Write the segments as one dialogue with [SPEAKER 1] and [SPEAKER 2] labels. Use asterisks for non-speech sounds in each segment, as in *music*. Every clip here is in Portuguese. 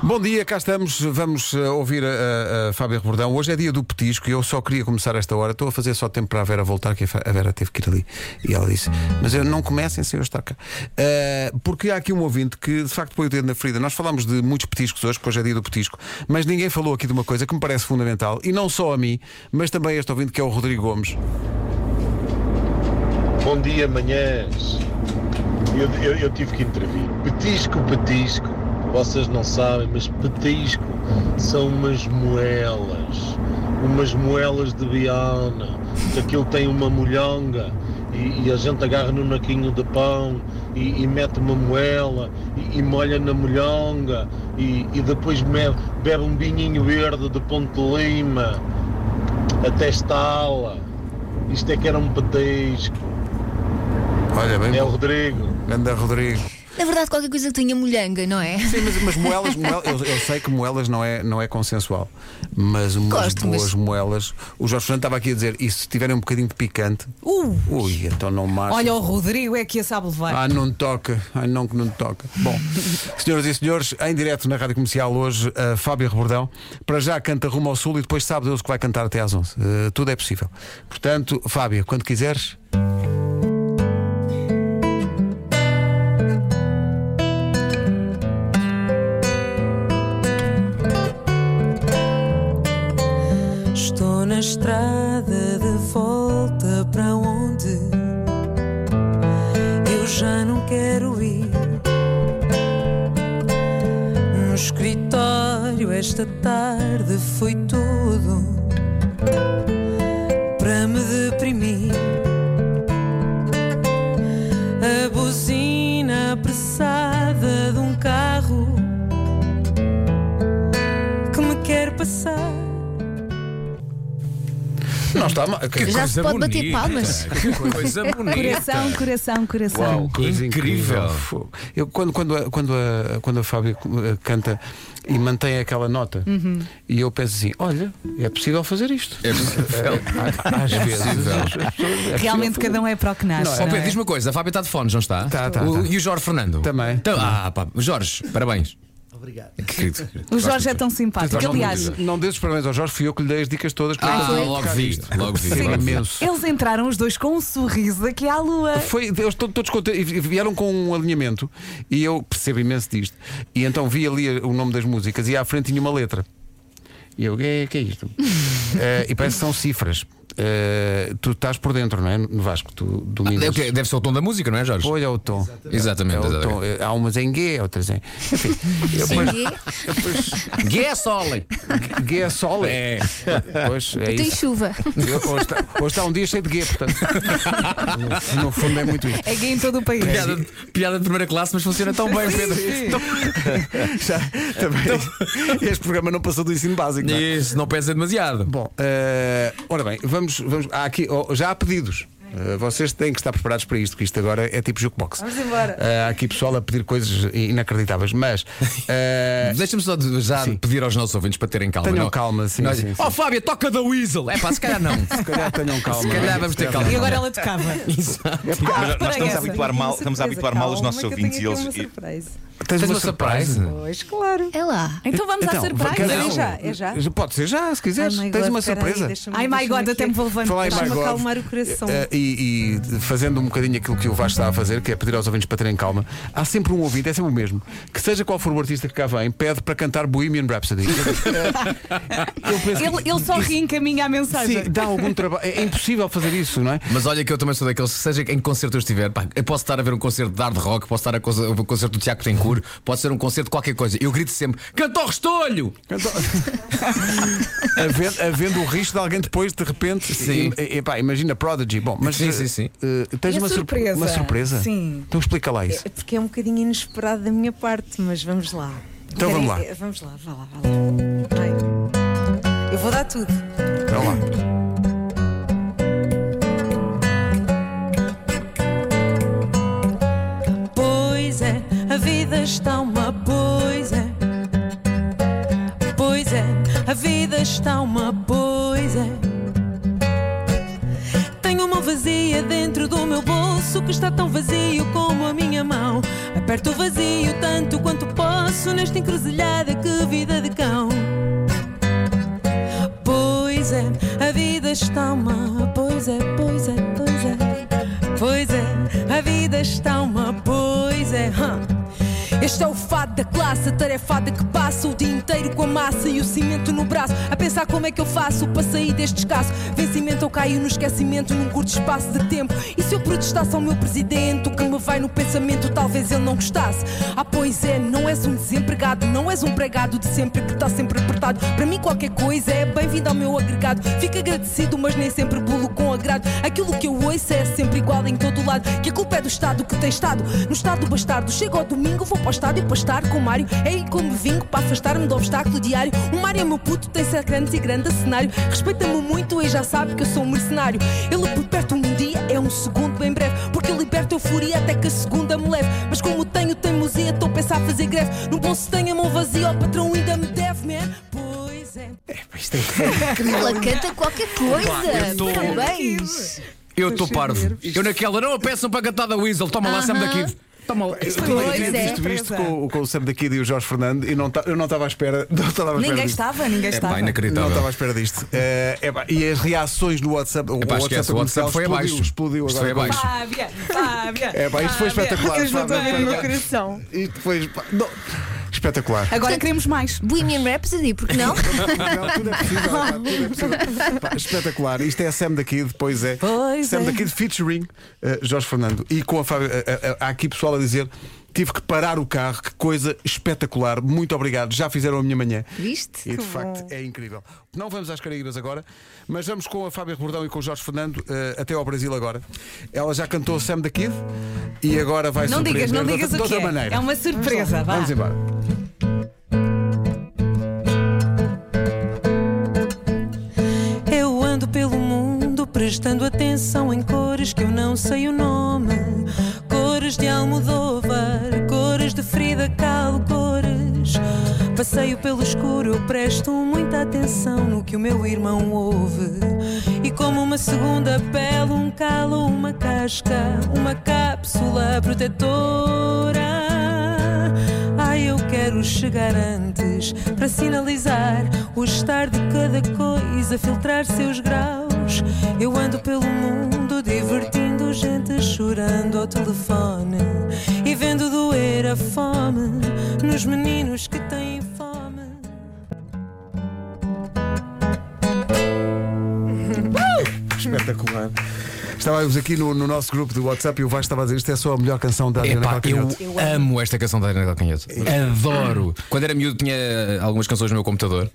[SPEAKER 1] Bom dia, cá estamos. Vamos eh, ouvir a, a- a Fábia Rebordão. Hoje é dia do petisco e eu só queria começar esta hora. Estou a fazer só tempo para a Vera voltar, que a Fa- a Vera teve que ir ali. E ela disse: Mas eu não comecem sem eu estar cá. Eh, porque há aqui um ouvinte que de facto põe o dedo na ferida. Nós falámos de muitos petiscos hoje, porque hoje é dia do petisco, mas ninguém falou aqui de uma coisa que me parece fundamental, e não só a mim, mas também a este ouvinte que é o Rodrigo Gomes.
[SPEAKER 2] Bom dia, manhãs. Eu, eu- eu tive que intervir. Petisco, petisco. Vocês não sabem, mas petisco são umas moelas. Umas moelas de biana. que Aquilo tem uma molhonga e, e a gente agarra no naquinho de pão e, e mete uma moela e, e molha na molhonga e, e depois me- bebe um vinhinho verde de Ponte Lima até estala. Isto é que era um petisco.
[SPEAKER 1] Olha, bem.
[SPEAKER 2] É o
[SPEAKER 1] bom.
[SPEAKER 2] Rodrigo.
[SPEAKER 1] Anda, Rodrigo.
[SPEAKER 3] Na verdade, qualquer coisa que tenha molhanga, não é?
[SPEAKER 1] Sim, mas, mas moelas, moelas- eu, eu sei que moelas não é, não é consensual, mas umas
[SPEAKER 3] Gosto,
[SPEAKER 1] boas
[SPEAKER 3] mas-
[SPEAKER 1] moelas. O Jorge Fernando estava aqui a dizer, e se tiverem um bocadinho de picante,
[SPEAKER 4] Uh,
[SPEAKER 1] ui, então não mais.
[SPEAKER 4] olha, o Rodrigo é que a sabe levar.
[SPEAKER 1] Ah, não toca, ah, não que não toca. Bom, senhoras e senhores, em direto na Rádio Comercial hoje, a Fábia Rebordão, para já canta rumo ao sul e depois sabe Deus que vai cantar até às 11. Eh, tudo é possível. Portanto, Fábia, quando quiseres.
[SPEAKER 5] Estou na estrada de volta para onde eu já não quero ir. No escritório esta tarde foi tudo para me deprimir. A buzina apressada de um carro que me quer passar.
[SPEAKER 1] Não está mal. Que
[SPEAKER 3] Já se pode bater
[SPEAKER 1] *laughs*
[SPEAKER 3] palmas.
[SPEAKER 6] Que coisa bonita.
[SPEAKER 4] Coração, coração, coração.
[SPEAKER 1] coisa
[SPEAKER 6] incrível.
[SPEAKER 1] Fogo. Eu, quando, quando, a, quando, a, quando a Fábia eh, canta e mantém aquela nota, e eu penso assim: olha, é possível fazer isto.
[SPEAKER 6] É possível.
[SPEAKER 1] Há- *laughs* Às vezes. as pessoas- é possível
[SPEAKER 4] Realmente
[SPEAKER 1] fazer.
[SPEAKER 4] cada um é para o que nasce.
[SPEAKER 1] Não é?
[SPEAKER 4] não
[SPEAKER 6] Ó Pedro,
[SPEAKER 4] é?
[SPEAKER 6] diz uma coisa, a Fábia está de fones, não está?
[SPEAKER 1] Tá, tá,
[SPEAKER 6] O-
[SPEAKER 1] tá.
[SPEAKER 6] E o Jorge Fernando?
[SPEAKER 1] Também.
[SPEAKER 6] Então, ah, pá, Jorge, parabéns. Obrigado.
[SPEAKER 4] O Jorge é tão simpático.
[SPEAKER 6] Gosto muito
[SPEAKER 4] Aliás,
[SPEAKER 1] Não dê os parabéns ao Jorge, fui eu que lhe dei as dicas todas. porque
[SPEAKER 6] Ah,
[SPEAKER 1] eu tenho que
[SPEAKER 6] logo
[SPEAKER 1] tocar
[SPEAKER 6] vi,
[SPEAKER 1] isto.
[SPEAKER 6] logo vi.
[SPEAKER 1] Sim,
[SPEAKER 6] logo vi.
[SPEAKER 1] imenso.
[SPEAKER 4] eles entraram os dois com um sorriso aqui à lua.
[SPEAKER 1] Foi, eles to- todos contentes, e vieram com um alinhamento e eu percebo imenso disto. E então vi ali o nome das músicas e à frente tinha uma letra. E eu, o que é, que é isto?
[SPEAKER 6] *laughs*
[SPEAKER 1] Eh, e parece que são cifras. Eh, tu estás por dentro, não é? No Vasco, tu dominas.
[SPEAKER 6] É o quê? Deve ser o tom da música, não é, Jorge?
[SPEAKER 1] Olha o tom. É
[SPEAKER 6] Exatamente.
[SPEAKER 1] o tom.
[SPEAKER 6] exatamente.
[SPEAKER 1] Eh, Há umas em G, outras em. Enfim, eu depois,
[SPEAKER 3] Sim.
[SPEAKER 6] Guess Ollie.
[SPEAKER 1] G é sol.
[SPEAKER 6] É.
[SPEAKER 1] Pois, é
[SPEAKER 3] Tem
[SPEAKER 1] isso.
[SPEAKER 3] chuva.
[SPEAKER 1] Eu- Hoje está, hoje está um dia cheio de G,
[SPEAKER 6] *laughs*
[SPEAKER 1] portanto. No- No fundo é muito isso.
[SPEAKER 4] É gay em todo o país.
[SPEAKER 6] Piada, piada de primeira classe, mas funciona tão bem, Pedro.
[SPEAKER 1] *laughs* Já, também, este programa não passou do ensino básico. não é?
[SPEAKER 6] Isso, não pesa demasiado.
[SPEAKER 1] Bom, eh, ora bem, vamos. vamos há aqui, oh, já há pedidos. Eh, vocês têm que estar preparados para isto, que isto agora é tipo jukebox.
[SPEAKER 4] Vamos embora.
[SPEAKER 1] Eh, há aqui pessoal a pedir coisas inacreditáveis, mas. eh,
[SPEAKER 6] Deixa-me só de- já pedir aos nossos ouvintes para terem calma.
[SPEAKER 1] Tenham
[SPEAKER 6] não- é?
[SPEAKER 1] calma, sim,
[SPEAKER 6] nós-
[SPEAKER 1] sim, sim.
[SPEAKER 6] Oh, Fábia, toca da Weasel. É pá, se calhar não.
[SPEAKER 1] se calhar tenham calma. É
[SPEAKER 6] Se calhar vamos ter calma.
[SPEAKER 4] E agora ela tocava.
[SPEAKER 7] Mas
[SPEAKER 4] Para
[SPEAKER 7] nós estamos
[SPEAKER 4] essa.
[SPEAKER 7] a habituar mal, estamos a habituar mal os nossos ouvintes e eles. e-
[SPEAKER 1] Tens
[SPEAKER 6] Tens
[SPEAKER 1] uma
[SPEAKER 6] uma surprise?
[SPEAKER 4] Pois, claro.
[SPEAKER 3] É lá.
[SPEAKER 8] Então vamos
[SPEAKER 1] Então,
[SPEAKER 8] à surpresa.
[SPEAKER 1] quer-
[SPEAKER 8] É já, é já.
[SPEAKER 1] Pode ser já, se quiseres.
[SPEAKER 8] Ai, my
[SPEAKER 1] Tens
[SPEAKER 8] God,
[SPEAKER 1] uma
[SPEAKER 8] peraí,
[SPEAKER 1] surpresa.
[SPEAKER 8] deixa-me-
[SPEAKER 4] Ai, my
[SPEAKER 8] deixa-me
[SPEAKER 4] God,
[SPEAKER 8] aqui. é
[SPEAKER 4] até me vou
[SPEAKER 1] Falar em
[SPEAKER 4] levantar.
[SPEAKER 1] mais
[SPEAKER 8] Deixa-me
[SPEAKER 1] God,
[SPEAKER 8] acalmar o coração.
[SPEAKER 1] eh, e, e fazendo um bocadinho aquilo que o Vasco está a fazer, que é pedir aos ouvintes para terem calma, há sempre um ouvinte, é sempre o mesmo, que seja qual for o artista que cá vem, pede para cantar Bohemian
[SPEAKER 8] *laughs*
[SPEAKER 1] Rhapsody. Eu penso que-
[SPEAKER 4] Ele, ele só reencaminha a mensagem.
[SPEAKER 1] Sim, dá algum trabalho. É, é impossível fazer isso, não é?
[SPEAKER 6] Mas olha que eu também sou daqueles, seja em que concerto eu estiver, pá, eu posso estar a ver um concerto de hard rock, posso estar a conce- a ver um concerto do Tiago Tencourt, pode ser um concerto de qualquer coisa. Eu grito sempre: Cantor Restolho!
[SPEAKER 1] Então- havendo, havendo o risco de alguém depois, de repente,
[SPEAKER 6] Sim.
[SPEAKER 1] e- e- epá, imagina Prodigy. Bom, mas
[SPEAKER 6] Sim, sim, sim.
[SPEAKER 1] eh, tens
[SPEAKER 4] E a
[SPEAKER 1] uma, sur-
[SPEAKER 4] surpresa?
[SPEAKER 1] uma surpresa?
[SPEAKER 8] Sim.
[SPEAKER 1] Então explica lá isso.
[SPEAKER 8] É Porque é um bocadinho inesperado da minha parte, mas vamos lá.
[SPEAKER 1] Então vamos lá.
[SPEAKER 8] eh, Vamos lá, vá lá, vá lá. Vai. Eu vou dar tudo.
[SPEAKER 1] Então lá.
[SPEAKER 5] Pois é, a vida está uma coisa. Pois é, a vida está uma é. coisa. Tenho uma vazia dentro do meu bolso que está tão vazio como a minha mão. Aperto o vazio tanto quanto posso. penso nesta encruzilhada, que vida de cão. Pois é, a vida está uma, pois é, pois é, pois é. Pois é, a vida está uma, pois é. hã. Este é o fado da classe, a tarefada que passa o dia inteiro com a massa e o cimento no braço. A pensar como é que eu faço para sair deste escasso. Vencimento ou caio no esquecimento num curto espaço de tempo. E se eu protestasse ao meu presidente, o que me vai no pensamento, talvez ele não gostasse. Ah, pois é, não és um desempregado, não és um pregado de sempre que está sempre apertado. Para mim, qualquer coisa é bem-vindo ao meu agregado. Fico agradecido, mas nem sempre pulo com agrado. Aquilo que eu ouço é sempre igual em todo lado. Que a culpa é do Estado que tem Estado. No Estado bastardo, chego ao domingo, vou para o estádio para estar com o Mário. É aí como vingo para afastar-me do obstáculo diário. O Mário é meu puto, tem sete grandes e grande cenário. Respeita-me muito e já sabe que eu sou um mercenário. Ele por perto um dia é um segundo bem breve. Porque eu liberto a euforia até que a segunda me leve. Mas como tenho teimosia, estou a pensar fazer greve. No bolso tenho a mão vazia, o patrão ainda me deve, man. Pois é.
[SPEAKER 3] Ela canta qualquer coisa.
[SPEAKER 6] eu tô-
[SPEAKER 3] Parabéns.
[SPEAKER 6] Eu estou parvo. Eu naquela, não, peçam para cantar da Weasel. Toma lá, Sam da
[SPEAKER 3] Aham.
[SPEAKER 6] Kid. Toma lá.
[SPEAKER 3] Pois é.
[SPEAKER 1] Visto isto com, o- com o Sam da Kid e o Jorge Fernando e não ta- eu não estava à espera. *laughs* Não estava à espera
[SPEAKER 8] Ninguém
[SPEAKER 1] disto.
[SPEAKER 8] estava, ninguém
[SPEAKER 6] É
[SPEAKER 8] estava.
[SPEAKER 6] pá,
[SPEAKER 1] Não estava à
[SPEAKER 6] inacreditável.
[SPEAKER 1] espera disto. Eh, epá, e as reações no WhatsApp. O,
[SPEAKER 6] Epá,
[SPEAKER 1] o
[SPEAKER 6] esquece, o
[SPEAKER 1] comercial
[SPEAKER 6] WhatsApp foi
[SPEAKER 1] explodiu,
[SPEAKER 6] abaixo.
[SPEAKER 1] Explodiu
[SPEAKER 6] Isto
[SPEAKER 1] agora.
[SPEAKER 6] foi abaixo.
[SPEAKER 8] Fábia, Fábia.
[SPEAKER 1] Epá, É isto foi espetacular.
[SPEAKER 4] Eles Ah, é. não estão a
[SPEAKER 1] Fábio,
[SPEAKER 4] ver no meu
[SPEAKER 1] espetacular.
[SPEAKER 4] coração.
[SPEAKER 1] Isto foi pá, não, espetacular.
[SPEAKER 4] Agora queremos mais.
[SPEAKER 3] Bohemian Rhapsody, porque não?
[SPEAKER 1] Não, tudo é possível. pá, tudo é possível. Pá, espetacular. Isto é a Sam da Kid, pois é.
[SPEAKER 8] Pois
[SPEAKER 1] Sam
[SPEAKER 8] é.
[SPEAKER 1] da Kid featuring eh, Jorge Fernando. E com a Fábio. eh, eh, há aqui pessoal a dizer. Tive que parar o carro, que coisa espetacular. Muito obrigado, já fizeram a minha manhã.
[SPEAKER 3] Viste?
[SPEAKER 1] E de facto é incrível. Não vamos às Caraíbas agora, mas vamos com a Fábio Rebordão e com o Jorge Fernando eh, até ao Brasil agora. Ela já cantou Sam da Kid e agora vai
[SPEAKER 8] Não digas, não
[SPEAKER 1] surpreender
[SPEAKER 8] digas
[SPEAKER 1] de,
[SPEAKER 8] o
[SPEAKER 1] de
[SPEAKER 8] que
[SPEAKER 1] outra
[SPEAKER 8] é.
[SPEAKER 1] maneira.
[SPEAKER 8] É uma surpresa, vá.
[SPEAKER 1] Vamos embora.
[SPEAKER 5] Eu ando pelo mundo prestando atenção em cores que eu não sei o nome. Cores de Almodóvar, cores de Frida Kahlo, cores. Passeio pelo escuro, eu presto muita atenção no que o meu irmão ouve. E como uma segunda pele, um calo, uma casca, uma cápsula protetora. Ai, eu quero chegar antes para sinalizar o estar de cada coisa, filtrar seus graus. Eu ando pelo mundo divertindo gente, chorando ao telefone e vendo doer a fome nos meninos que têm fome.
[SPEAKER 1] Espetacular. Estávamos aqui no, no nosso grupo do WhatsApp e o Vasco estava a dizer isto é só a melhor canção da Adriana
[SPEAKER 6] Epá, eu
[SPEAKER 1] Calcanhoto.
[SPEAKER 6] amo esta canção da Adriana Calcanhoto. Adoro. Quando era miúdo tinha eh, algumas canções no meu computador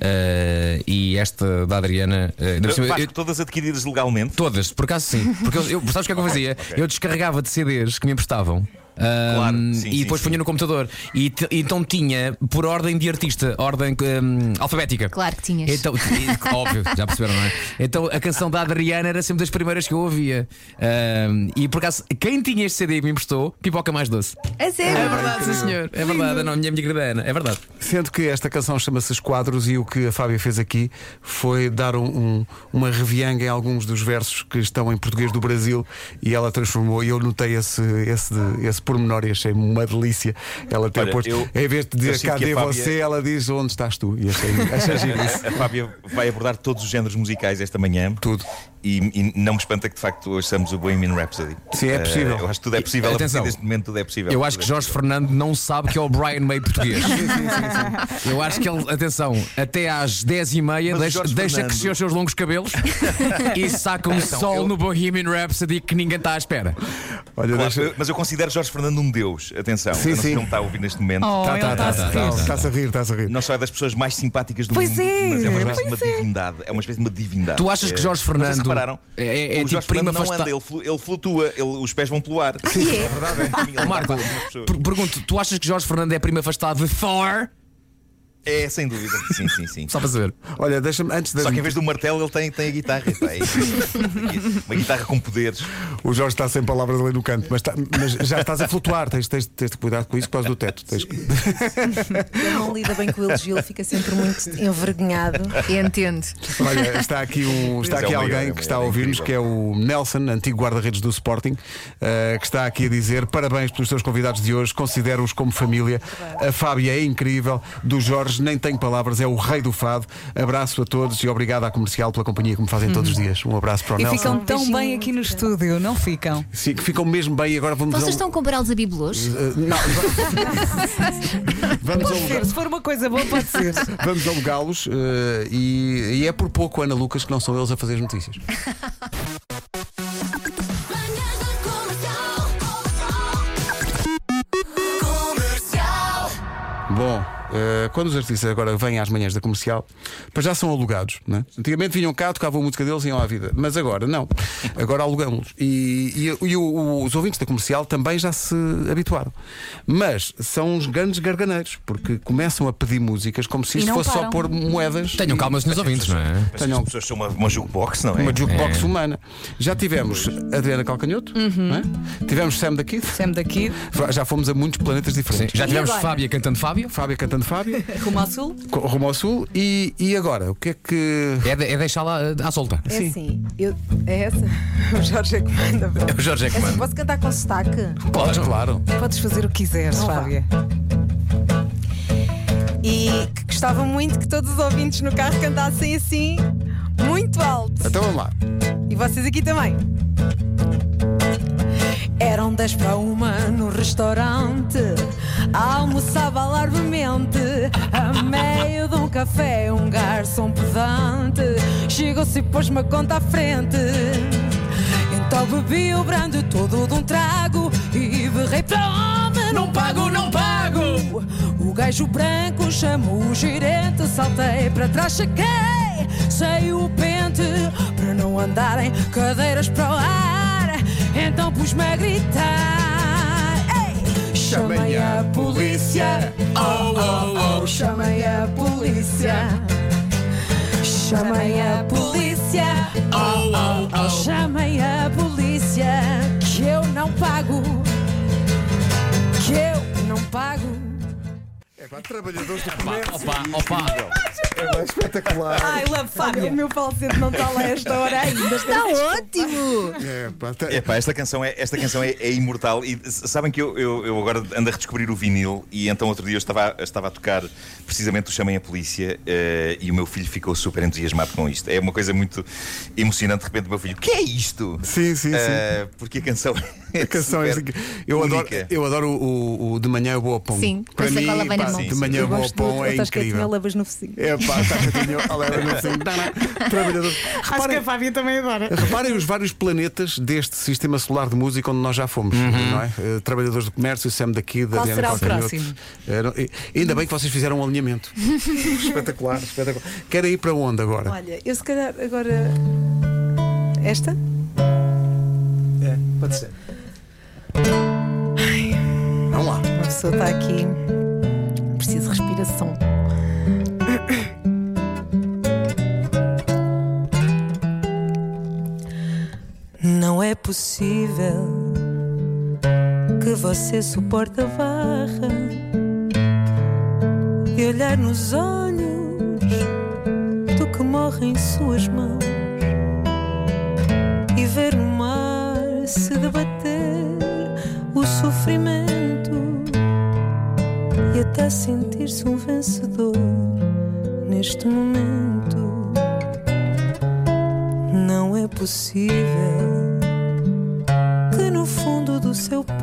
[SPEAKER 6] eh, e esta da Adriana. eh, ainda por cima, eu-
[SPEAKER 7] Vasco, todas adquiridas legalmente.
[SPEAKER 6] Todas, por acaso sim. Porque eu, eu- sabes o que é que eu
[SPEAKER 7] *laughs*
[SPEAKER 6] fazia? Eu descarregava de CDs que me emprestavam. ahm,
[SPEAKER 7] Claro, sim,
[SPEAKER 6] e
[SPEAKER 7] sim,
[SPEAKER 6] depois
[SPEAKER 7] sim.
[SPEAKER 6] punha no computador. E te- então tinha por ordem de artista, ordem ahm, alfabética.
[SPEAKER 3] Claro que tinhas.
[SPEAKER 6] Então, e- óbvio, já perceberam, não é? Então a canção da Adriana era sempre das primeiras que eu ouvia. Ahm, e por acaso, quem tinha este CD que me emprestou, pipoca mais doce.
[SPEAKER 3] É sério.
[SPEAKER 6] É verdade, sim senhor. É verdade, não, minha, minha querida Ana, é verdade.
[SPEAKER 1] Sendo que esta canção chama-se Esquadros e o que a Fábia fez aqui foi dar um- um- uma revianga em alguns dos versos que estão em português do Brasil e ela transformou. E eu notei esse, esse, de- esse pormenor e achei uma delícia ela ter
[SPEAKER 7] Olha,
[SPEAKER 1] posto.
[SPEAKER 7] eu-
[SPEAKER 1] em vez de
[SPEAKER 7] eu
[SPEAKER 1] dizer
[SPEAKER 7] sinto que
[SPEAKER 1] cadê
[SPEAKER 7] a Fábia-
[SPEAKER 1] você, ela diz onde estás tu. E achei,
[SPEAKER 7] *laughs*
[SPEAKER 1] achei giro isso.
[SPEAKER 7] A Fábia vai abordar todos os géneros musicais esta manhã.
[SPEAKER 1] Tudo.
[SPEAKER 7] E, e não me espanta que de facto ouçamos o Bohemian Rhapsody.
[SPEAKER 1] Sim, é
[SPEAKER 7] Eh,
[SPEAKER 1] possível.
[SPEAKER 7] eu acho que tudo é possível.
[SPEAKER 6] Atenção.
[SPEAKER 7] A partir deste momento tudo é possível.
[SPEAKER 6] Eu acho que Jorge Fernando não sabe que é o Brian May
[SPEAKER 7] *laughs*
[SPEAKER 6] português. Eu acho que ele, atenção, até às 10h30
[SPEAKER 7] Mas o
[SPEAKER 6] deixa,
[SPEAKER 7] Jorge
[SPEAKER 6] deixa
[SPEAKER 7] Fernando- Então,
[SPEAKER 6] crescer os seus longos cabelos e saca um sol
[SPEAKER 7] eu-
[SPEAKER 6] no Bohemian Rhapsody que ninguém está à espera.
[SPEAKER 1] Olha,
[SPEAKER 7] Claro,
[SPEAKER 1] deixa.
[SPEAKER 7] eu- mas eu considero Jorge Fernando um deus. Atenção,
[SPEAKER 1] Sim,
[SPEAKER 7] eu não sei
[SPEAKER 1] sim.
[SPEAKER 7] se ele me está a ouvir neste momento.
[SPEAKER 4] Oh,
[SPEAKER 6] Tá,
[SPEAKER 4] ele está a sorrir.
[SPEAKER 1] Estás a rir, estás a rir.
[SPEAKER 7] Não só é das pessoas mais simpáticas do
[SPEAKER 4] Pois
[SPEAKER 7] mundo,
[SPEAKER 4] é,
[SPEAKER 7] mas é uma espécie de uma
[SPEAKER 4] pois é.
[SPEAKER 7] divindade. É uma espécie de uma divindade.
[SPEAKER 6] Tu achas que
[SPEAKER 7] É,
[SPEAKER 6] Jorge
[SPEAKER 7] não sei se
[SPEAKER 6] Fernando
[SPEAKER 7] repararam,
[SPEAKER 6] é- é- é
[SPEAKER 7] o
[SPEAKER 6] tipo
[SPEAKER 7] Jorge Fernando
[SPEAKER 6] prima
[SPEAKER 7] não
[SPEAKER 6] fasta-
[SPEAKER 7] anda, ele, flu- ele flutua, ele- os pés vão pelo ar.
[SPEAKER 4] Ah,
[SPEAKER 3] E é.
[SPEAKER 7] verdade, é.
[SPEAKER 6] Marco, per- pergunto, tu achas que Jorge Fernando é primo afastado de Thor?
[SPEAKER 7] É, sem dúvida. Sim, sim, sim.
[SPEAKER 6] Só para um- saber.
[SPEAKER 1] Olha, deixa-me antes de.
[SPEAKER 7] Só que em vez do martelo ele tem, tem a guitarra. pá, é isso.
[SPEAKER 6] *laughs*
[SPEAKER 7] Uma guitarra com poderes.
[SPEAKER 1] O Jorge está sem palavras ali no canto, mas, tá- mas já estás a flutuar, tens, tens, tens de cuidar com isso por causa do teto. Tens que-
[SPEAKER 8] Ele não lida bem com o elogio, ele fica sempre muito envergonhado.
[SPEAKER 9] Entendo.
[SPEAKER 1] Olha, está aqui, um, está
[SPEAKER 7] Mas é
[SPEAKER 1] aqui
[SPEAKER 7] uma-
[SPEAKER 1] alguém
[SPEAKER 7] é
[SPEAKER 1] que
[SPEAKER 7] uma-
[SPEAKER 1] está a
[SPEAKER 7] é
[SPEAKER 1] ouvir-nos,
[SPEAKER 7] incrível.
[SPEAKER 1] que é o Nelson, antigo guarda-redes do Sporting, eh, que está aqui a dizer parabéns pelos teus convidados de hoje, considero-os como família. A Fábia é incrível, do Jorge nem tenho palavras, é o rei do fado. Abraço a todos e obrigado à comercial pela companhia que me fazem todos os dias. Um abraço para o
[SPEAKER 4] Uhum. E
[SPEAKER 1] Nelson.
[SPEAKER 4] ficam tão bem aqui no estúdio, não ficam?
[SPEAKER 1] Sim, que ficam mesmo bem e agora vamos
[SPEAKER 3] Vocês
[SPEAKER 1] a
[SPEAKER 3] estão
[SPEAKER 1] um...
[SPEAKER 3] a compará-los a bibelôs?
[SPEAKER 1] Eh, não, *laughs* vamos a
[SPEAKER 4] Pode
[SPEAKER 1] um...
[SPEAKER 4] ser, se for uma coisa boa, pode ser.
[SPEAKER 1] Vamos alugá-los eh, e, e é por pouco, Ana Lucas, que não são eles a fazer as notícias. Bom, eh, quando os artistas agora vêm às manhãs da comercial, pois já são alugados. Né? Antigamente vinham cá, tocavam a música deles e iam à vida. Mas agora não. Agora alugamos-los. E, e- e o- o- os ouvintes da comercial também já se habituaram. Mas são uns grandes garganeiros, porque começam a pedir músicas como se
[SPEAKER 4] E
[SPEAKER 1] isto
[SPEAKER 4] não
[SPEAKER 1] fosse só
[SPEAKER 4] param.
[SPEAKER 1] pôr moedas.
[SPEAKER 6] Tenham
[SPEAKER 1] e-
[SPEAKER 6] calma nos ouvintes, não é?
[SPEAKER 7] Mas
[SPEAKER 1] Tenham-
[SPEAKER 7] as pessoas são uma, uma jukebox, não é?
[SPEAKER 1] uma jukebox humana. Já tivemos Adriana Calcanhoto,
[SPEAKER 4] Uhum.
[SPEAKER 1] não é? tivemos Sam da Kid,
[SPEAKER 4] Sempre daqui.
[SPEAKER 1] já fomos a muitos planetas
[SPEAKER 6] Sim.
[SPEAKER 1] diferentes.
[SPEAKER 6] Já
[SPEAKER 3] E
[SPEAKER 6] tivemos
[SPEAKER 3] agora?
[SPEAKER 6] Fábia cantando Fábio.
[SPEAKER 1] Fábia cantando Fábia,
[SPEAKER 5] Rumo ao sul?
[SPEAKER 1] co- rumo ao sul. E, e agora? O que é que.
[SPEAKER 6] É, de- é deixá-la eh, à solta.
[SPEAKER 8] É assim, eu, é essa? *laughs* O Jorge é que manda. pronto.
[SPEAKER 6] O Jorge é que
[SPEAKER 8] É assim,
[SPEAKER 6] manda.
[SPEAKER 8] posso cantar com sotaque?
[SPEAKER 6] Podes, claro.
[SPEAKER 4] Podes fazer o que quiseres,
[SPEAKER 8] Não vá.
[SPEAKER 4] Fábia.
[SPEAKER 8] E que gostava muito que todos os ouvintes no carro cantassem assim, muito alto.
[SPEAKER 1] Então vamos lá.
[SPEAKER 8] E vocês aqui também. Eram 10 para uma no restaurante. Almoçava larvemente. A meio de um café, um garçom pedante chegou-se e pôs-me a conta à frente. Então bebi o brando todo de um trago e berrei para homem: Não pago, não pago! O gajo branco chamou o gerente, saltei para trás, chequei, saiu o pente para não andarem cadeiras para o ar. Então pus-me a gritar. Ei! Chamei a polícia, oh oh oh, chamei a polícia. Chamei a polícia, oh oh oh, chamei a polícia. Que eu não pago, que eu não pago.
[SPEAKER 1] É para trabalhadores do
[SPEAKER 6] Opa, opa.
[SPEAKER 1] é espetacular.
[SPEAKER 8] Ai, love Fábio. O meu falsete não está lá a esta hora ainda.
[SPEAKER 3] Está ótimo!
[SPEAKER 1] É, pá,
[SPEAKER 7] É pá, esta canção é, esta canção é, é imortal e s- sabem que eu, eu, eu agora ando a redescobrir o vinil e então outro dia eu estava, a- estava a tocar precisamente o Chamem a Polícia eh, e o meu filho ficou super entusiasmado com isto. É uma coisa muito emocionante de repente o meu filho, o que é isto?
[SPEAKER 1] Sim, sim, sim.
[SPEAKER 7] Eh, porque a canção é
[SPEAKER 1] A canção é
[SPEAKER 7] super
[SPEAKER 1] eu adoro,
[SPEAKER 7] única.
[SPEAKER 1] eu adoro o, o- o de manhã eu vou ao pão.
[SPEAKER 3] Sim,
[SPEAKER 1] para
[SPEAKER 3] com a
[SPEAKER 1] mim,
[SPEAKER 3] sacola vai na
[SPEAKER 1] pá,
[SPEAKER 3] mão.
[SPEAKER 1] de manhã é eu vou ao pão é incrível.
[SPEAKER 8] lavas no focinho.
[SPEAKER 1] É pá, está *laughs* quietinho, olha, eu não sei. Não, não. tá, Trabalhador.
[SPEAKER 4] Acho que
[SPEAKER 1] Reparem,
[SPEAKER 4] a Fábia também adora.
[SPEAKER 1] Reparem os vários planetas deste sistema solar de música onde nós já fomos, não é? Eh, Trabalhadores do comércio, Sam daqui, da
[SPEAKER 4] Qual
[SPEAKER 1] Diana
[SPEAKER 4] será o
[SPEAKER 1] Calcanhoto.
[SPEAKER 4] próximo?
[SPEAKER 1] Era- e- Ainda bem que vocês fizeram um
[SPEAKER 4] *laughs*
[SPEAKER 1] alinhamento. espetacular, espetacular. Querem ir para onde agora?
[SPEAKER 8] Olha, eu se calhar agora. Esta?
[SPEAKER 1] Pode ser. Vamos lá.
[SPEAKER 8] Uma pessoa está aqui. Preciso de respiração. Não é possível que você suporte a barra e olhar nos olhos do que morre em suas mãos e ver o mar se debater o sofrimento e até sentir-se um vencedor neste momento. Não é possível que no fundo do seu peito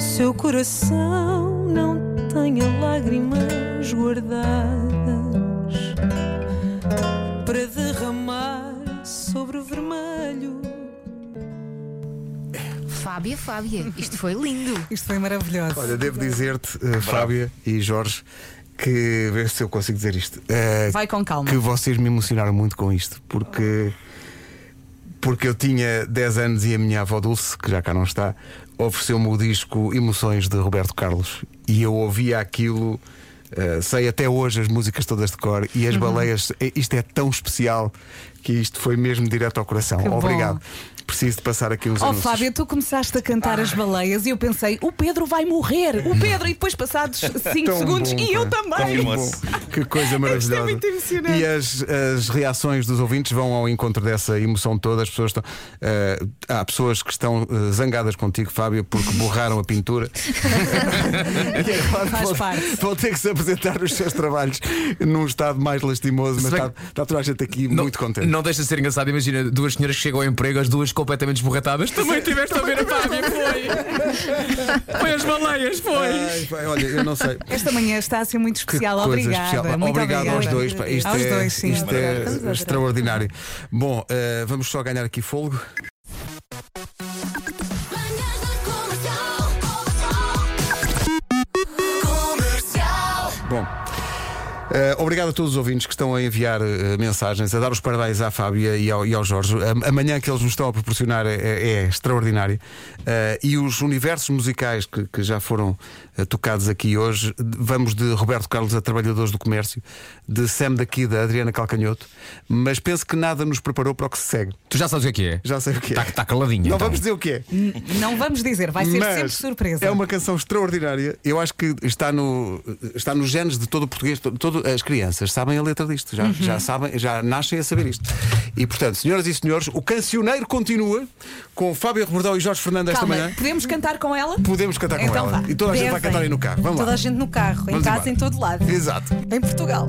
[SPEAKER 8] seu coração não tenha lágrimas guardadas para derramar sobre o vermelho.
[SPEAKER 3] Fábia, Fábia, isto foi lindo.
[SPEAKER 4] Isto foi maravilhoso.
[SPEAKER 1] Olha, devo dizer-te, eh, Fábia e Jorge, que vê se eu consigo dizer isto. Eh,
[SPEAKER 4] Vai com calma.
[SPEAKER 1] Que vocês me emocionaram muito com isto, porque. Porque eu tinha 10 anos e a minha avó Dulce, que já cá não está, ofereceu-me o disco Emoções de Roberto Carlos e eu ouvia aquilo. eh, sei até hoje as músicas todas de cor e
[SPEAKER 4] Uhum.
[SPEAKER 1] as baleias. eh, Isto é tão especial que isto foi mesmo direto ao coração.
[SPEAKER 4] Que bom.
[SPEAKER 1] Obrigado. Preciso de passar aqui uns
[SPEAKER 4] Oh
[SPEAKER 1] anúncios. Ah.
[SPEAKER 4] Fábio, tu começaste a cantar as baleias e eu pensei, o Pedro vai morrer, o Pedro, e
[SPEAKER 1] *laughs*
[SPEAKER 4] depois passados 5
[SPEAKER 1] Tão
[SPEAKER 4] segundos,
[SPEAKER 1] bom,
[SPEAKER 4] e eu
[SPEAKER 1] pá.
[SPEAKER 4] também.
[SPEAKER 7] Confirmou-se.
[SPEAKER 4] *laughs*
[SPEAKER 1] Que coisa maravilhosa.
[SPEAKER 4] Isto é muito emocionante.
[SPEAKER 1] E as, as reações dos ouvintes vão ao encontro dessa emoção toda. As pessoas estão. eh, há pessoas que estão eh, zangadas contigo, Fábio, porque borraram a
[SPEAKER 4] *laughs*
[SPEAKER 1] pintura. e agora
[SPEAKER 4] Faz
[SPEAKER 1] vão,
[SPEAKER 4] parte.
[SPEAKER 1] vão ter que se apresentar os seus trabalhos num estado mais lastimoso, mas
[SPEAKER 6] bem
[SPEAKER 1] está, está toda a gente aqui muito contente.
[SPEAKER 6] Não deixa de ser engraçado. Imagina duas senhoras que chegam ao emprego, as duas completamente esborratadas. Também tiveste a ver a Fábia, foi. Foi as baleias, foi.
[SPEAKER 1] Ai, pá, olha, eu não sei.
[SPEAKER 4] Esta manhã está a ser muito
[SPEAKER 1] Que
[SPEAKER 4] É especial,
[SPEAKER 1] coisa
[SPEAKER 4] obrigada.
[SPEAKER 1] especial.
[SPEAKER 4] Muito
[SPEAKER 1] obrigado
[SPEAKER 4] obrigada.
[SPEAKER 1] aos dois. pá. Isto
[SPEAKER 4] Aos
[SPEAKER 1] é,
[SPEAKER 4] dois, sim.
[SPEAKER 1] isto é
[SPEAKER 7] Estamos a
[SPEAKER 5] adorar.
[SPEAKER 1] extraordinário. Bom, eh, vamos só ganhar aqui fogo.
[SPEAKER 9] Manhãs da Comercial. Comercial.
[SPEAKER 1] Bom. eh, obrigado a todos os ouvintes que estão a enviar eh, mensagens, a dar os parabéns à Fábia e ao, e ao Jorge. A, a manhã que eles nos estão a proporcionar é, é extraordinária. Eh, e os universos musicais que, que já foram eh, tocados aqui hoje, de- vamos de Roberto Carlos a Trabalhadores do Comércio, de Sam daqui da Adriana Calcanhoto, mas penso que nada nos preparou para o que se segue.
[SPEAKER 6] Tu já sabes o que é?
[SPEAKER 1] Já sei o que é.
[SPEAKER 6] Está caladinho.
[SPEAKER 1] Não
[SPEAKER 6] então.
[SPEAKER 1] vamos dizer o que é.
[SPEAKER 4] Não vamos dizer, vai ser
[SPEAKER 1] Mas
[SPEAKER 4] sempre surpresa.
[SPEAKER 1] É uma canção extraordinária. Eu acho que está, no, está nos genes de todo o português. to- todo- as crianças sabem a letra disto,
[SPEAKER 4] Uhum.
[SPEAKER 1] já, já sabem, já nascem a saber isto. E portanto, senhoras e senhores, o cancioneiro continua com Fábio Rebordão e Jorge Fernando esta
[SPEAKER 4] Calma,
[SPEAKER 1] manhã.
[SPEAKER 4] podemos cantar com ela?
[SPEAKER 1] Podemos cantar com
[SPEAKER 4] Então
[SPEAKER 1] ela.
[SPEAKER 4] vá.
[SPEAKER 1] E toda a gente vai
[SPEAKER 4] Devem.
[SPEAKER 1] cantar aí no carro. Vamos
[SPEAKER 8] Toda
[SPEAKER 1] lá.
[SPEAKER 8] a gente no carro, em
[SPEAKER 1] Vamos
[SPEAKER 8] casa,
[SPEAKER 1] embora.
[SPEAKER 8] em todo lado.
[SPEAKER 1] Exato.
[SPEAKER 8] Em Portugal.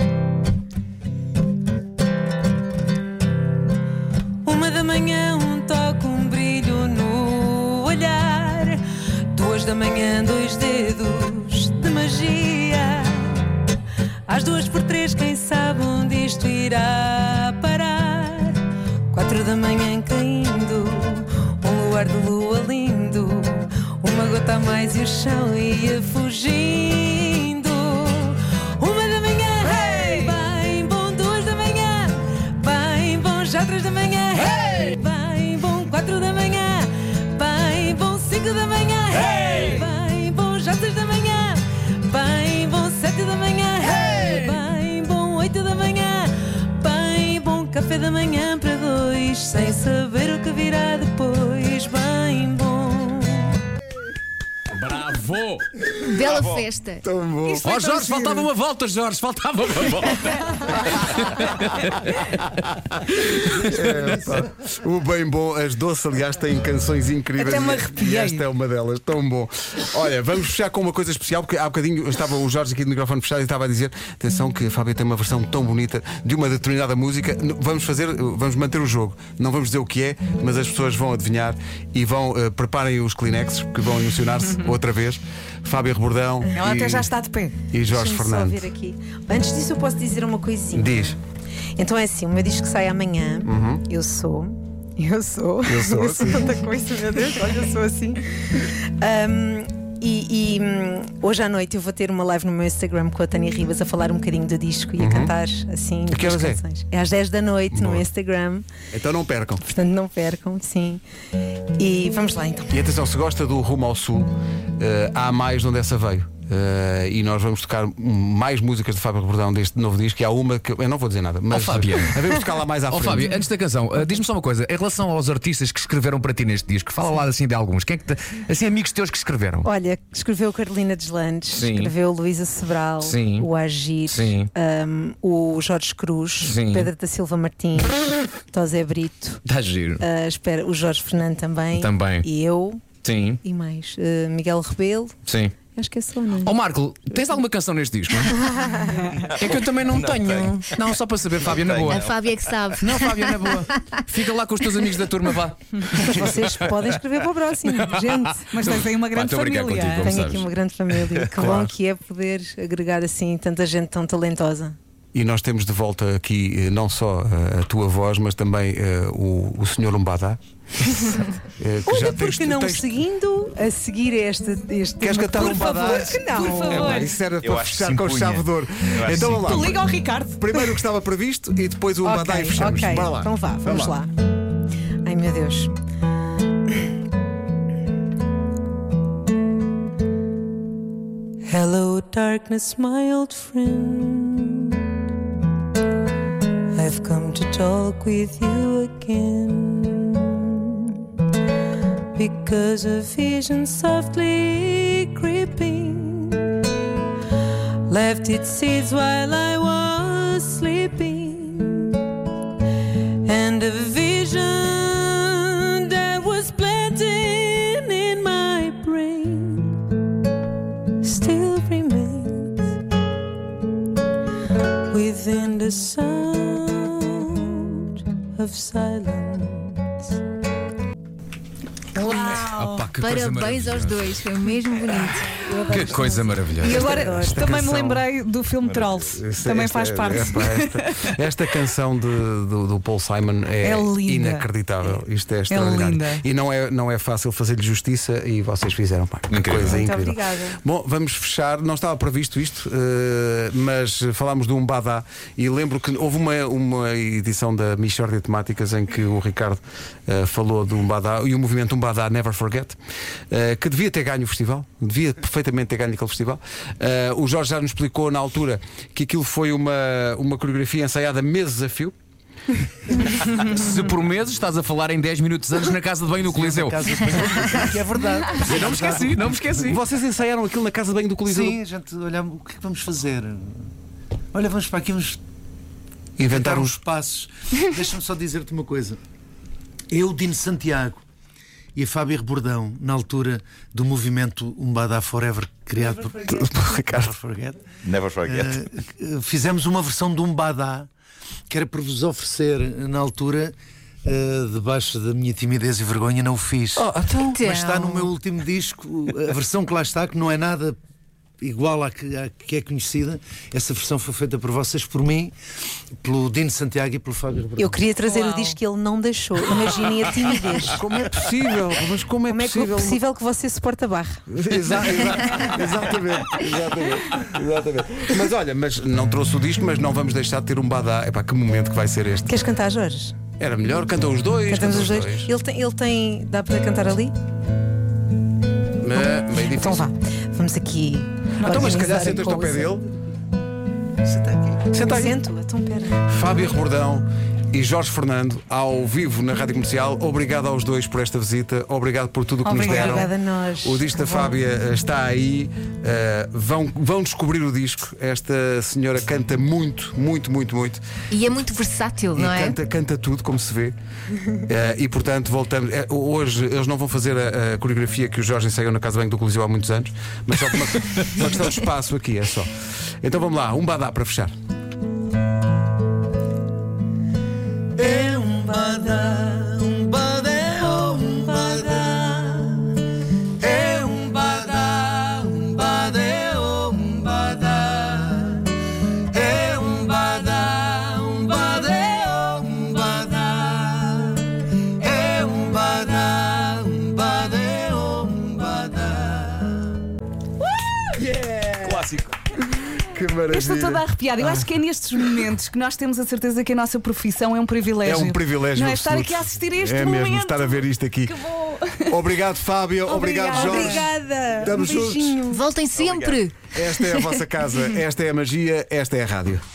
[SPEAKER 8] Uma da manhã, um toque, um brilho no olhar. Duas da manhã, dois dedos de magia. Às duas por três, quem sabe onde isto irá parar. Quatro da manhã caindo, um luar de lua lindo. Uma gota a mais e o chão ia fugindo. Uma da manhã, hey! bem bom. Duas da manhã, bem bom. Já três da manhã, hey! bem bom. Quatro da manhã, bem bom. Cinco da manhã, hey! bem bom. Já seis da manhã, bem bom. Sete da manhã, hey! bem bom. Oito da manhã, bem bom. Café da manhã para dois, sem saber o que virá depois, bem bom.
[SPEAKER 6] Bravo!
[SPEAKER 3] Bela festa.
[SPEAKER 1] Tão bom.
[SPEAKER 6] Ó Oh, Jorge, faltava uma volta, Jorge, faltava *laughs* uma volta.
[SPEAKER 1] É, O bem bom, as doces, aliás, têm canções incríveis.
[SPEAKER 4] Até me
[SPEAKER 1] E-
[SPEAKER 4] arrepiei.
[SPEAKER 1] E esta é uma delas, tão bom. Olha, vamos fechar com uma coisa especial, porque há bocadinho estava o Jorge aqui no microfone fechado e estava a dizer: atenção, que a Fábio tem uma versão tão bonita de uma determinada música. N- Vamos fazer, vamos manter o jogo. Não vamos dizer o que é, mas as pessoas vão adivinhar e vão, eh, preparem os Kleenex, que vão emocionar-se outra vez. Fábio Rebordão.
[SPEAKER 4] Ela
[SPEAKER 1] e,
[SPEAKER 4] Uhum. até já está de pé.
[SPEAKER 1] E Jorge
[SPEAKER 8] Deixa-me só
[SPEAKER 1] Fernando.
[SPEAKER 8] ver aqui. Antes disso, eu posso dizer uma coisinha.
[SPEAKER 1] Diz.
[SPEAKER 8] Então é assim: o meu disco sai amanhã. Eu sou. Eu sou.
[SPEAKER 1] Eu sou.
[SPEAKER 8] tanta coisa, meu Deus, olha, eu sou assim. Ahm, e e, hum, hoje à noite eu vou ter uma live no meu Instagram com a Tânia Ribas a falar um bocadinho do disco e
[SPEAKER 6] Uhum.
[SPEAKER 8] a cantar assim
[SPEAKER 1] que
[SPEAKER 8] as
[SPEAKER 1] horas é?
[SPEAKER 8] canções. É às 10 da noite no Instagram,
[SPEAKER 1] Então não percam.
[SPEAKER 8] portanto não percam, sim. E vamos lá então.
[SPEAKER 1] E atenção, se gosta do Rumo ao Sul, eh, há mais de onde essa veio. Eh, e nós vamos tocar mais músicas de Fábio Rebordão deste novo disco. E há uma que eu não vou dizer nada, mas
[SPEAKER 6] Oh, Fábio.
[SPEAKER 1] *laughs* havemos tocar lá mais à
[SPEAKER 6] Ó
[SPEAKER 1] frente.
[SPEAKER 6] Oh, Fábio, antes da canção, ah, diz-me só uma coisa. Em relação aos artistas que escreveram para ti neste disco, fala lá assim de alguns. Quem é que te- assim, amigos teus que escreveram.
[SPEAKER 8] Olha, escreveu Carolina Deslandes,
[SPEAKER 6] Sim.
[SPEAKER 8] escreveu Luísa Sobral,
[SPEAKER 6] Sim.
[SPEAKER 8] o Agir,
[SPEAKER 6] Sim.
[SPEAKER 8] um, o Jorge Cruz,
[SPEAKER 6] Sim.
[SPEAKER 8] Pedro da Silva Martins, Tosé Brito,
[SPEAKER 6] Está Tá giro.
[SPEAKER 8] uh, espera, o Jorge Fernando também.
[SPEAKER 6] Também.
[SPEAKER 8] E eu,
[SPEAKER 6] Sim,
[SPEAKER 8] e mais, uh, Miguel Rebelo,
[SPEAKER 6] sim.
[SPEAKER 8] acho que é só, não é?
[SPEAKER 6] Ó Oh, Marco, tens alguma canção neste *laughs* disco? é que eu também não, tenho.
[SPEAKER 7] tenho.
[SPEAKER 6] Não, só para saber, Fábio, na
[SPEAKER 7] tenho.
[SPEAKER 6] boa.
[SPEAKER 3] A Fábia é que sabe.
[SPEAKER 6] Não, Fábio, na boa. Fica lá com os teus amigos da turma,
[SPEAKER 3] *laughs*
[SPEAKER 6] vá.
[SPEAKER 1] *laughs*
[SPEAKER 8] Mas vocês podem escrever para o próximo, gente.
[SPEAKER 4] Mas tens aí uma grande
[SPEAKER 6] estou a brincar
[SPEAKER 4] família.
[SPEAKER 6] contigo, como
[SPEAKER 8] Tenho
[SPEAKER 6] sabes.
[SPEAKER 8] aqui uma grande família. Que bom que é poder agregar assim tanta gente tão talentosa.
[SPEAKER 1] E nós temos de volta aqui eh, não só eh, a tua voz, mas também eh, o, o Sr.
[SPEAKER 7] *laughs*
[SPEAKER 1] Lombada. Eh, que
[SPEAKER 8] Olha,
[SPEAKER 1] tens-
[SPEAKER 8] porque não
[SPEAKER 1] tens-
[SPEAKER 8] seguindo a seguir este.
[SPEAKER 1] Queres
[SPEAKER 8] este tema,
[SPEAKER 1] cantar
[SPEAKER 8] por
[SPEAKER 1] um
[SPEAKER 8] favor,
[SPEAKER 1] badás?
[SPEAKER 8] que não.
[SPEAKER 4] Por
[SPEAKER 1] É,
[SPEAKER 4] favor.
[SPEAKER 1] pá, isso era
[SPEAKER 7] Eu
[SPEAKER 1] para
[SPEAKER 7] acho que
[SPEAKER 1] fechar
[SPEAKER 7] se
[SPEAKER 1] com
[SPEAKER 7] impunha.
[SPEAKER 1] chave de ouro.
[SPEAKER 7] Eu acho
[SPEAKER 1] Então
[SPEAKER 7] que
[SPEAKER 1] vá
[SPEAKER 4] Tu
[SPEAKER 1] lá.
[SPEAKER 4] liga ao Ricardo.
[SPEAKER 1] Primeiro o que estava previsto e depois o Lombada e fechamos.
[SPEAKER 8] ok.
[SPEAKER 1] Bora lá.
[SPEAKER 8] Então vá, vamos lá. Ai meu Deus. Hello, darkness, my old friend. I've come to talk with you again. Because a vision softly creeping left its seeds while I was sleeping. And a vision that was planted in my brain still remains within the sound of silence.
[SPEAKER 6] Ah, pá, que coisa
[SPEAKER 3] Parabéns aos
[SPEAKER 6] maravilhosa.
[SPEAKER 3] dois, foi mesmo bonito.
[SPEAKER 6] Que coisa maravilhosa.
[SPEAKER 4] E agora
[SPEAKER 1] esta
[SPEAKER 4] também
[SPEAKER 1] canção-
[SPEAKER 4] me lembrei do filme Trolls.
[SPEAKER 1] Esta- é
[SPEAKER 4] também
[SPEAKER 1] esta- é,
[SPEAKER 4] faz parte.
[SPEAKER 1] epá, esta,
[SPEAKER 4] *laughs*
[SPEAKER 1] esta canção de- do, do Paul Simon é,
[SPEAKER 4] É linda.
[SPEAKER 1] inacreditável. Isto é extraordinário.
[SPEAKER 4] linda.
[SPEAKER 1] E não é, não é fácil fazer-lhe justiça e vocês fizeram, pá. Que
[SPEAKER 6] Incrível.
[SPEAKER 1] coisa
[SPEAKER 4] Muito
[SPEAKER 1] É incrível.
[SPEAKER 4] obrigada.
[SPEAKER 1] Bom, vamos fechar. Não estava previsto isto, eh, mas falámos de um badá e lembro que houve uma, uma edição da Michórdia de Temáticas em que o Ricardo eh, falou de um badá e o movimento Um Badá Never Forget, eh, que devia ter ganho o festival, devia perfeitamente ter ganho aquele festival. Eh, o Jorge já nos explicou na altura que aquilo foi uma, uma coreografia ensaiada meses a fio.
[SPEAKER 6] Se por meses estás a falar em 10 minutos antes na casa de banho do Coliseu.
[SPEAKER 9] Que é verdade.
[SPEAKER 6] Eu não me
[SPEAKER 4] *laughs*
[SPEAKER 6] esqueci, não me esqueci.
[SPEAKER 1] Vocês ensaiaram aquilo na casa de banho do Coliseu?
[SPEAKER 9] Sim, a gente olhamos, o que é que vamos fazer? Olha, vamos para aqui, vamos
[SPEAKER 1] Inventaram
[SPEAKER 9] dar
[SPEAKER 1] uns.
[SPEAKER 9] uns passos. Deixa-me só dizer-te uma coisa. Eu, Dino Santiago e a Fábio Rebordão, na altura do movimento Umbada Forever, criado por *laughs* Never Forget,
[SPEAKER 7] Never forget.
[SPEAKER 9] eh, fizemos uma versão de Umbada que era para vos oferecer na altura. eh, debaixo da minha timidez e vergonha, não o fiz.
[SPEAKER 3] Oh,
[SPEAKER 9] Oh, Mas está no meu último disco, a versão que lá está, que não é nada igual à que, à que é conhecida. Essa versão foi feita por vocês, por mim, pelo Dino Santiago e pelo Fábio Rebordão.
[SPEAKER 10] Eu queria trazer
[SPEAKER 4] Uau.
[SPEAKER 10] o disco que ele não deixou. *laughs* Imaginem a timidez.
[SPEAKER 1] Como é possível? Mas como é
[SPEAKER 10] Como é que é
[SPEAKER 1] possível?
[SPEAKER 10] possível que você suporte a barra?
[SPEAKER 9] *laughs*
[SPEAKER 1] Exa- exa- exatamente, exatamente, *laughs* exatamente. Mas olha, mas não trouxe o disco, mas não vamos deixar de ter um badá. Epá, que momento que vai ser este.
[SPEAKER 10] Queres cantar, Jorge?
[SPEAKER 1] Era melhor, cantam os dois.
[SPEAKER 10] Cantamos
[SPEAKER 1] cantam
[SPEAKER 10] os dois. Ele tem, ele tem. Dá para cantar ali?
[SPEAKER 1] Mas, meio difícil.
[SPEAKER 10] Então vá. Vamos aqui.
[SPEAKER 1] Então, mas se
[SPEAKER 10] organizar então
[SPEAKER 1] calhar
[SPEAKER 10] a
[SPEAKER 1] sentas ao pé
[SPEAKER 10] coisa.
[SPEAKER 1] dele. Senta aqui. Senta aí.
[SPEAKER 10] Sento? Então pera.
[SPEAKER 1] Fábio Rebordão e Jorge Fernando, ao vivo na Rádio Comercial. Obrigado aos dois por esta visita. Obrigado por tudo o que nos
[SPEAKER 10] Obrigada.
[SPEAKER 1] deram.
[SPEAKER 10] Obrigada a nós.
[SPEAKER 1] O disco da Fábia eh, está aí. Eh, vão, vão descobrir o disco. Esta senhora canta muito, muito, muito, muito.
[SPEAKER 3] E é muito versátil,
[SPEAKER 1] E
[SPEAKER 3] não é?
[SPEAKER 1] canta, canta tudo, como se vê.
[SPEAKER 4] *laughs*
[SPEAKER 1] Eh, e portanto, voltamos. eh, hoje eles não vão fazer a, a coreografia que o Jorge ensaiou na Casa Banco do Coliseu há muitos anos, mas só por
[SPEAKER 4] *laughs*
[SPEAKER 1] uma, uma questão de espaço aqui, é só. Então vamos lá, um badá para fechar.
[SPEAKER 9] É um badá, um badá, é um badá. É um badá, um badá, é um badá. É um badá, um badá, é um badá. É um badá, um badá, é um badá.
[SPEAKER 7] Clássico.
[SPEAKER 1] Que
[SPEAKER 4] Eu
[SPEAKER 1] maravilha.
[SPEAKER 4] estou toda arrepiada. Eu acho que é nestes momentos que nós temos a certeza que a nossa profissão é um privilégio.
[SPEAKER 1] É um privilégio.
[SPEAKER 4] Não é estar
[SPEAKER 1] absoluto.
[SPEAKER 4] aqui a assistir a este
[SPEAKER 1] É
[SPEAKER 4] momento.
[SPEAKER 1] mesmo, estar a ver isto aqui.
[SPEAKER 4] Que bom.
[SPEAKER 1] Obrigado, Fábio. Obrigado,
[SPEAKER 4] Obrigada.
[SPEAKER 1] Jorge.
[SPEAKER 10] Obrigada.
[SPEAKER 1] Estamos
[SPEAKER 10] um
[SPEAKER 1] juntos.
[SPEAKER 10] beijinho.
[SPEAKER 3] Voltem sempre!
[SPEAKER 4] *laughs*
[SPEAKER 1] Esta é a vossa casa, esta é a magia, esta é a rádio.